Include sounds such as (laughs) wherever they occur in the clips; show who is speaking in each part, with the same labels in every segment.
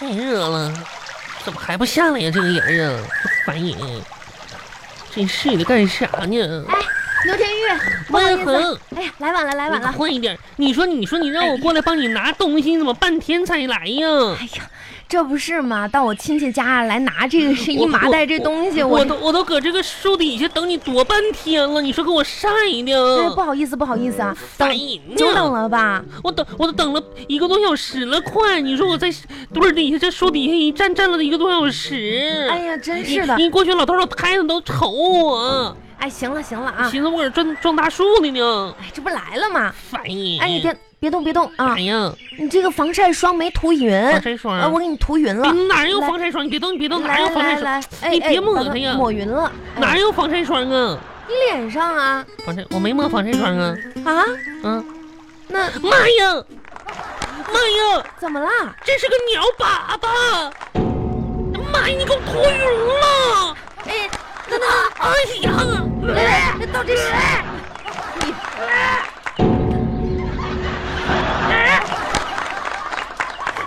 Speaker 1: 哎热了，怎么还不下来呀、这个人啊，烦人！真是的，干啥呢？
Speaker 2: 牛天玉，不好
Speaker 1: 万
Speaker 2: 意思，
Speaker 1: 恒，
Speaker 2: 哎呀，来晚了，来晚
Speaker 1: 你
Speaker 2: 了。
Speaker 1: 快一点！你说，你说，你让我过来帮你拿东西，你怎么半天才来呀？
Speaker 2: 哎呀，这不是嘛，到我亲戚家来拿这个是一
Speaker 1: 我
Speaker 2: 麻
Speaker 1: 我
Speaker 2: 袋这东西，
Speaker 1: 我
Speaker 2: 哎我
Speaker 1: 都我都搁这个树底下等你多半天了，你说给我晒
Speaker 2: 哎，不
Speaker 1: 的，
Speaker 2: 好意思，不好意思啊，
Speaker 1: 烦
Speaker 2: 等
Speaker 1: 人
Speaker 2: 久
Speaker 1: 呢！
Speaker 2: 等了吧？
Speaker 1: 我等我都等了一个多小时了，快！你说我在墩儿底下这树底下一站站了一个多小时，
Speaker 2: 哎呀，真是的
Speaker 1: 你，你过去老头老太太都瞅我，
Speaker 2: 哎，行了行了啊，
Speaker 1: 寻思我搁这撞撞大树呢呢，
Speaker 2: 哎，这不来了吗？
Speaker 1: 烦人！
Speaker 2: 哎，你别别动别动啊
Speaker 1: 哎，呀，
Speaker 2: 你这个防晒霜没涂匀，
Speaker 1: 防
Speaker 2: 啊，
Speaker 1: 晒霜，哎
Speaker 2: 我给你涂匀了
Speaker 1: 你。哪有
Speaker 2: 来
Speaker 1: 防晒霜？你别动，你别动，哪
Speaker 2: 来
Speaker 1: 有
Speaker 2: 来
Speaker 1: 防晒
Speaker 2: 来
Speaker 1: 霜？
Speaker 2: 来，哎
Speaker 1: 你
Speaker 2: 哎，
Speaker 1: 别抹
Speaker 2: 把它
Speaker 1: 它呀
Speaker 2: 抹匀了，哎
Speaker 1: 哪有防晒霜啊？
Speaker 2: 你脸上啊
Speaker 1: 防晒我没抹防晒霜啊，
Speaker 2: 啊？
Speaker 1: 嗯，
Speaker 2: 那
Speaker 1: 妈呀，妈呀！
Speaker 2: 怎么啦？
Speaker 1: 这是个鸟粑粑！妈呀，你给我脱绒了！
Speaker 2: 哎，
Speaker 1: 哎呀，
Speaker 2: 那到底是？你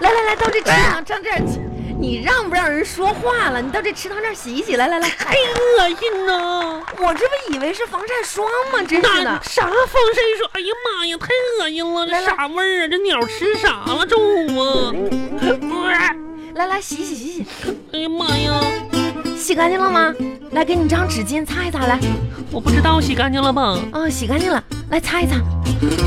Speaker 2: 来来来，到这池塘上这儿去，你让不让人说话了？你到这池塘这儿洗一洗，来来来，哎
Speaker 1: 太哎恶心了！
Speaker 2: 我这不以为是防晒霜吗？真是
Speaker 1: 那
Speaker 2: 的，
Speaker 1: 啥防晒霜？哎呀妈呀，太恶心了！
Speaker 2: 来
Speaker 1: 这
Speaker 2: 来
Speaker 1: 啥味儿啊？这鸟吃啥了？中午啊？
Speaker 2: 来来洗洗洗洗，
Speaker 1: 哎呀妈呀！
Speaker 2: 洗干净了吗？来，给你张纸巾擦一擦，来，
Speaker 1: 我不知道洗干净了吧？
Speaker 2: 哦，洗干净了，来擦一擦。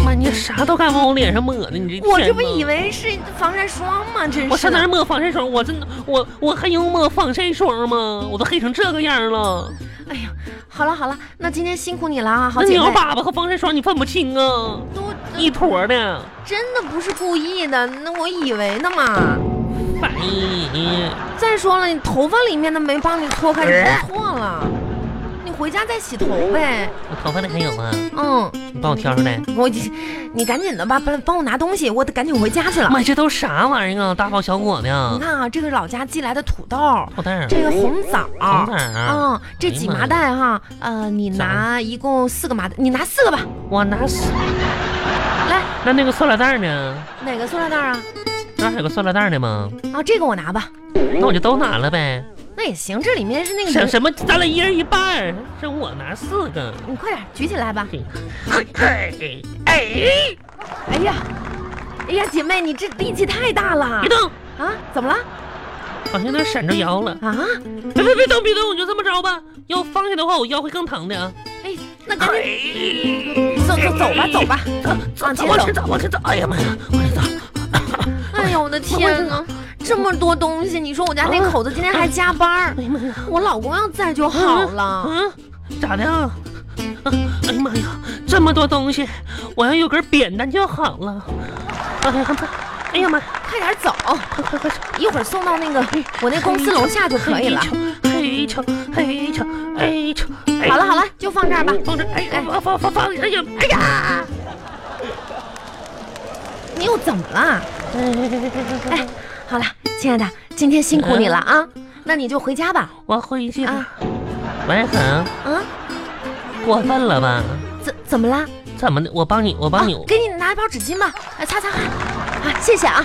Speaker 1: 妈，你啥都敢往我脸上抹呢？你这
Speaker 2: 我这
Speaker 1: 天
Speaker 2: 不
Speaker 1: 呐
Speaker 2: 以为是防晒霜吗？真
Speaker 1: 我
Speaker 2: 是
Speaker 1: 上哪
Speaker 2: 的
Speaker 1: 儿，抹防晒霜？我真的我我还用抹防晒霜吗？我都黑成这个样了，
Speaker 2: 哎呀，好了好了，那今天辛苦你了啊，好
Speaker 1: 那
Speaker 2: 姐
Speaker 1: 鸟
Speaker 2: 妹。
Speaker 1: 粑粑和防晒霜你分不清啊，
Speaker 2: 都
Speaker 1: 一坨的。
Speaker 2: 真的不是故意的，那我以为呢嘛。
Speaker 1: 烦人！
Speaker 2: 再说了，你头发里面的没帮你搓开，你不错了，你回家再洗头呗。
Speaker 1: 我头发里还有吗？
Speaker 2: 嗯，
Speaker 1: 你帮我挑出来。
Speaker 2: 我你赶紧的吧，帮帮我拿东西，我得赶紧回家去了。
Speaker 1: 妈，这都啥玩意儿啊？大包小裹
Speaker 2: 你
Speaker 1: 的，
Speaker 2: 看啊，这个老家寄来的土豆，
Speaker 1: 好蛋儿，
Speaker 2: 这个红枣，
Speaker 1: 好蛋儿啊！
Speaker 2: 嗯，这几麻袋哈，呃，你拿一共四个麻袋，你拿四个吧。
Speaker 1: 我拿塑
Speaker 2: 来，
Speaker 1: 那那个塑料袋呢？
Speaker 2: 哪个塑料袋啊？
Speaker 1: 那还有个塑料袋呢吗？
Speaker 2: 啊，这个我拿吧。
Speaker 1: 那我就都拿了呗。
Speaker 2: 那也行，这里面是那个
Speaker 1: 什
Speaker 2: 人，
Speaker 1: 什么？咱俩一人一半儿，这我拿四个。
Speaker 2: 你快点举起来吧。
Speaker 1: 嘿嘿哎，
Speaker 2: 哎呀，哎呀，姐妹，你这力气太大了
Speaker 1: 别动，
Speaker 2: 啊！怎么了
Speaker 1: 好像有点闪着腰了。
Speaker 2: 啊？
Speaker 1: 别别别动，别动，我就这么着吧。要放下的话，我腰会更疼的啊。
Speaker 2: 哎，那赶紧
Speaker 1: 哎，
Speaker 2: 走走走吧，走吧。啊
Speaker 1: 走
Speaker 2: 往
Speaker 1: 走
Speaker 2: 前
Speaker 1: 往
Speaker 2: 走
Speaker 1: 前走，往前走。哎呀妈呀，往前走。
Speaker 2: 哎呀，我的天哪，这么多东西！你说我家
Speaker 1: 啊
Speaker 2: 那口子今天还加班儿，
Speaker 1: 哎呀妈呀！
Speaker 2: 我老公要在就好了。
Speaker 1: 嗯，咋的啊？啊哎呀妈呀，这么多东西，我要有根扁担就好了。哎呀妈，哎呀妈，
Speaker 2: 快点走，
Speaker 1: 快快快！
Speaker 2: 一会儿送到那个
Speaker 1: 哎
Speaker 2: 我那公司楼下就可以了。
Speaker 1: 嘿球，嘿球，嘿球，嘿球。
Speaker 2: 好了好了，就放这儿吧。
Speaker 1: 哎放这，哎呀，放放放放，哎呀，哎呀，
Speaker 2: 你又怎么了？
Speaker 1: 嗯
Speaker 2: 哎，好了，亲爱的，今天辛苦你了啊。那你就回家吧。
Speaker 1: 我回去了
Speaker 2: 啊。
Speaker 1: 喂，恒，
Speaker 2: 啊，
Speaker 1: 过分了吧？
Speaker 2: 怎怎么啦？
Speaker 1: 怎么的？我帮你，我
Speaker 2: 啊
Speaker 1: 帮你。，
Speaker 2: 给你拿一包纸巾吧，来擦擦汗。啊，谢谢啊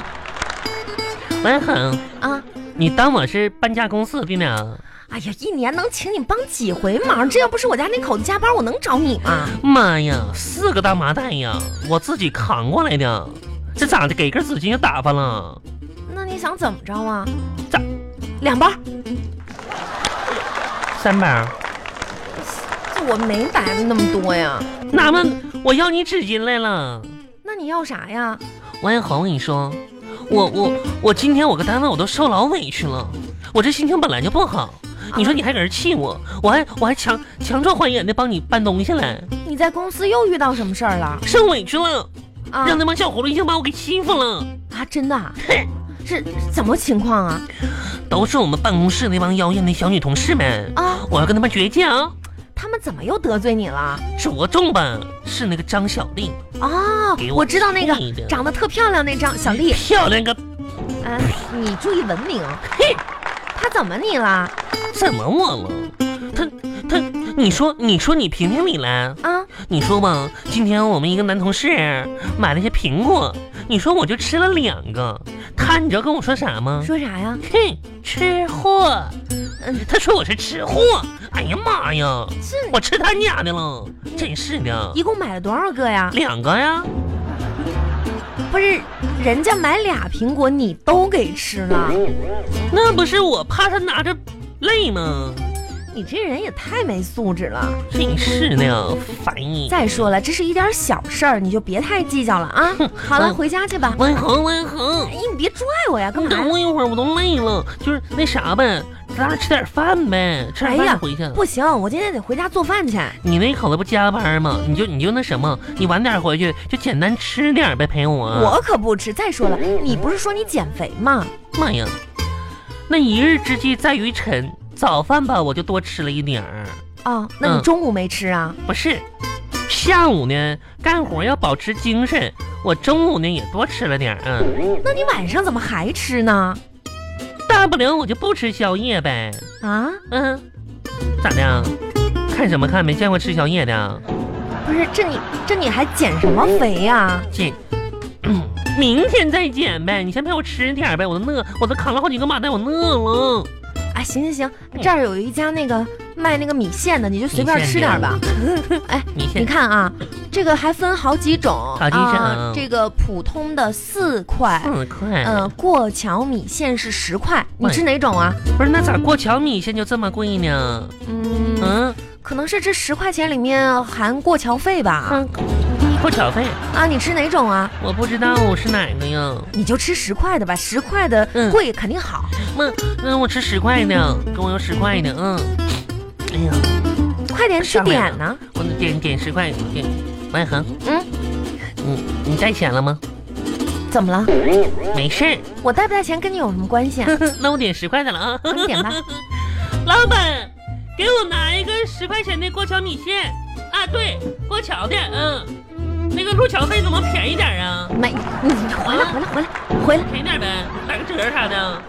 Speaker 1: 喂，恒，
Speaker 2: 啊！
Speaker 1: 你当我是搬家公司的呢？
Speaker 2: 哎呀，一年能请你帮几回忙？这要不是我家那口子加班，我能找你吗？
Speaker 1: 妈呀，四个大麻袋呀，我自己扛过来的。这咋的？给根纸巾就打发了？
Speaker 2: 那你想怎么着啊？
Speaker 1: 咋？
Speaker 2: 两包，
Speaker 1: 三包？
Speaker 2: 这我没白那么多呀。
Speaker 1: 那么我要你纸巾来了。
Speaker 2: 那你要啥呀？
Speaker 1: 王艳红，我跟你说，我我我今天我搁单位我都受老委屈了，我这心情本来就不好。你说你还搁这气我，我还我还强强装还眼的帮你搬东西来，
Speaker 2: 你在公司又遇到什么事儿了？
Speaker 1: 受委屈了，
Speaker 2: 啊
Speaker 1: 让那帮小狐狸精把我给欺负了。
Speaker 2: 啊，真的啊？是什么情况啊？
Speaker 1: 都是我们办公室那帮妖艳的小女同事们，
Speaker 2: 啊，
Speaker 1: 我要跟他们倔强。
Speaker 2: 他们怎么又得罪你了？
Speaker 1: 着重吧，是那个张小丽，
Speaker 2: 哦
Speaker 1: 给，我
Speaker 2: 我知道那个
Speaker 1: 注意点
Speaker 2: 长得特漂亮那张小丽，
Speaker 1: 漂亮个，
Speaker 2: 嗯、你注意文明。
Speaker 1: 嘿，
Speaker 2: 她怎么你了？
Speaker 1: 怎么我了？她她，你说你说你评评理来，
Speaker 2: 啊，
Speaker 1: 你说吧，今天我们一个男同事买了些苹果，你说我就吃了两个，他他你知道跟我说啥吗？
Speaker 2: 说啥呀？
Speaker 1: 哼，吃货。
Speaker 2: 嗯
Speaker 1: 他说我是吃货。哎呀妈呀，
Speaker 2: 是
Speaker 1: 我吃他娘的了，真是的。
Speaker 2: 一共买了多少个呀？
Speaker 1: 两个呀，
Speaker 2: 不是，人家买俩苹果，你都给吃了，
Speaker 1: 那不是我怕他拿着累吗？
Speaker 2: 你这人也太没素质了。
Speaker 1: 真是的，烦你。
Speaker 2: 再说了，这是一点小事儿，你就别太计较了啊。好了，
Speaker 1: 嗯
Speaker 2: 回家去吧。
Speaker 1: 文恒，文恒
Speaker 2: 哎，，你别拽我呀，干
Speaker 1: 你
Speaker 2: 嘛
Speaker 1: 等
Speaker 2: 呀？
Speaker 1: 我一会儿，我都累了。就是那啥呗，咱俩吃点饭呗，吃
Speaker 2: 哎
Speaker 1: 点
Speaker 2: 呀
Speaker 1: 饭回去。啊
Speaker 2: 不行，我今天得回家做饭去。
Speaker 1: 你那口子不加班吗？你就你就那什么，你晚点回去就简单吃点呗，陪我。啊
Speaker 2: 我可不吃。再说了，你不是说你减肥吗？
Speaker 1: 妈呀，那一日之计在于晨，早饭吧我就多吃了一点儿，
Speaker 2: 啊，那你
Speaker 1: 嗯
Speaker 2: 中午没吃啊？
Speaker 1: 不是，下午呢干活要保持精神，我中午呢也多吃了点儿，嗯，
Speaker 2: 那你晚上怎么还吃呢？
Speaker 1: 大不了我就不吃宵夜呗，
Speaker 2: 啊，
Speaker 1: 嗯，咋的？啊看什么看？没见过吃宵夜的，啊
Speaker 2: 不是，这你这你还减什么肥呀、
Speaker 1: 这。嗯明天再减呗，你先陪我吃点儿呗，我都饿，我都扛了好几个麻袋，我饿了。
Speaker 2: 哎，行行行，
Speaker 1: 嗯
Speaker 2: 这儿有一家那个卖那个米线的，你就随便吃点吧。哎，
Speaker 1: 你先
Speaker 2: 你看啊，这个还分好几种
Speaker 1: 好几种
Speaker 2: 啊，这个普通的四块，
Speaker 1: 四块，
Speaker 2: 嗯、过桥米线是十块，你
Speaker 1: 喂
Speaker 2: 吃哪种啊？
Speaker 1: 不是那咋过桥米线就这么贵呢？
Speaker 2: 嗯，
Speaker 1: 嗯，
Speaker 2: 可能是这十块钱里面含过桥费吧。
Speaker 1: 嗯，过桥费
Speaker 2: 啊，你吃哪种啊？
Speaker 1: 我不知道我是哪个呀？
Speaker 2: 你就吃十块的吧，十块的
Speaker 1: 嗯
Speaker 2: 贵肯定好。
Speaker 1: 那那我吃十块的，给我要十块的，嗯。哎呀，
Speaker 2: 快点吃
Speaker 1: 上来
Speaker 2: 点
Speaker 1: 了
Speaker 2: 呢，
Speaker 1: 我点点十块点。王一恒，
Speaker 2: 嗯，
Speaker 1: 你你带钱了吗？
Speaker 2: 怎么了？
Speaker 1: 没事 (laughs)
Speaker 2: 我带不带钱跟你有什么关系啊？
Speaker 1: 儿，那我点十块的了啊。 (laughs)
Speaker 2: 那你点吧。
Speaker 1: 老板，给我拿一个十块钱的过桥米线啊，对，过桥的，嗯，那个路桥费怎么便宜点儿啊？
Speaker 2: 没，你你回来回来回来回来，
Speaker 1: 便宜点儿呗，打个折儿啥的。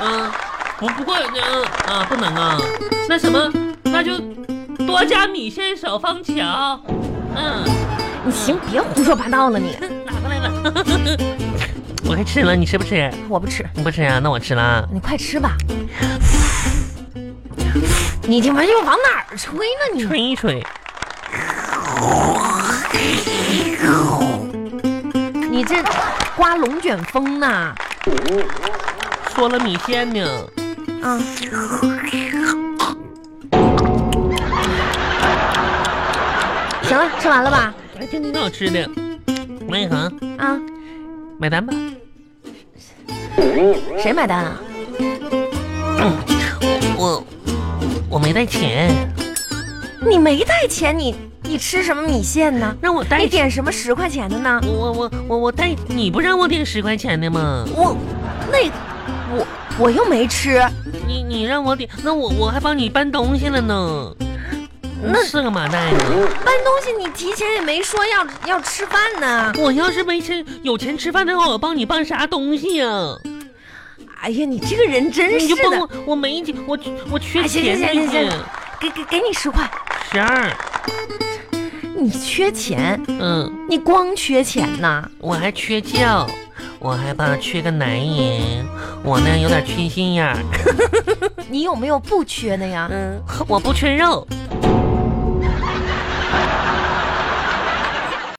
Speaker 1: 嗯，不不过嗯啊不能啊，那什么，那就多加米线少放桥。嗯，
Speaker 2: 你行，别胡说八道了你。
Speaker 1: 拿过来了。 (laughs) 我该吃了，你吃不吃？
Speaker 2: 我不吃，
Speaker 1: 你不吃啊？那我吃了啊。
Speaker 2: 你快吃吧。你这玩意儿往哪儿吹呢你？
Speaker 1: 吹一吹，
Speaker 2: 你这刮龙卷风呢？
Speaker 1: 说了米线呢。
Speaker 2: 啊！行了，吃完了吧？
Speaker 1: 哎，这挺好吃的。王一恒，
Speaker 2: 啊，
Speaker 1: 买单吧。
Speaker 2: 谁买单啊？
Speaker 1: 我我没带钱，
Speaker 2: 你没带钱，你你吃什么米线呢？
Speaker 1: 让我带
Speaker 2: 你。点什么十块钱的呢？
Speaker 1: 我我我我我带，你不让我点十块钱的吗？
Speaker 2: 我那我我又没吃，
Speaker 1: 你你让我点，那我我还帮你搬东西了呢。
Speaker 2: 那
Speaker 1: 是个麻袋呢。
Speaker 2: 搬东西你提前也没说要要吃饭呢。
Speaker 1: 我要是没钱，有钱吃饭的话，我帮你搬啥东西呀、
Speaker 2: 哎呀，你这个人真
Speaker 1: 你
Speaker 2: 是
Speaker 1: 就帮
Speaker 2: 的，
Speaker 1: 我，我没钱，我我缺
Speaker 2: 哎行行
Speaker 1: 钱
Speaker 2: 行行
Speaker 1: 最近
Speaker 2: 行。给给给你十块，
Speaker 1: 十二，
Speaker 2: 你缺钱，
Speaker 1: 嗯，
Speaker 2: 你光缺钱呐？
Speaker 1: 我还缺觉，我还怕缺个男人，我呢有点缺心眼儿。
Speaker 2: 你有没有不缺的呀？
Speaker 1: 嗯，我不缺肉，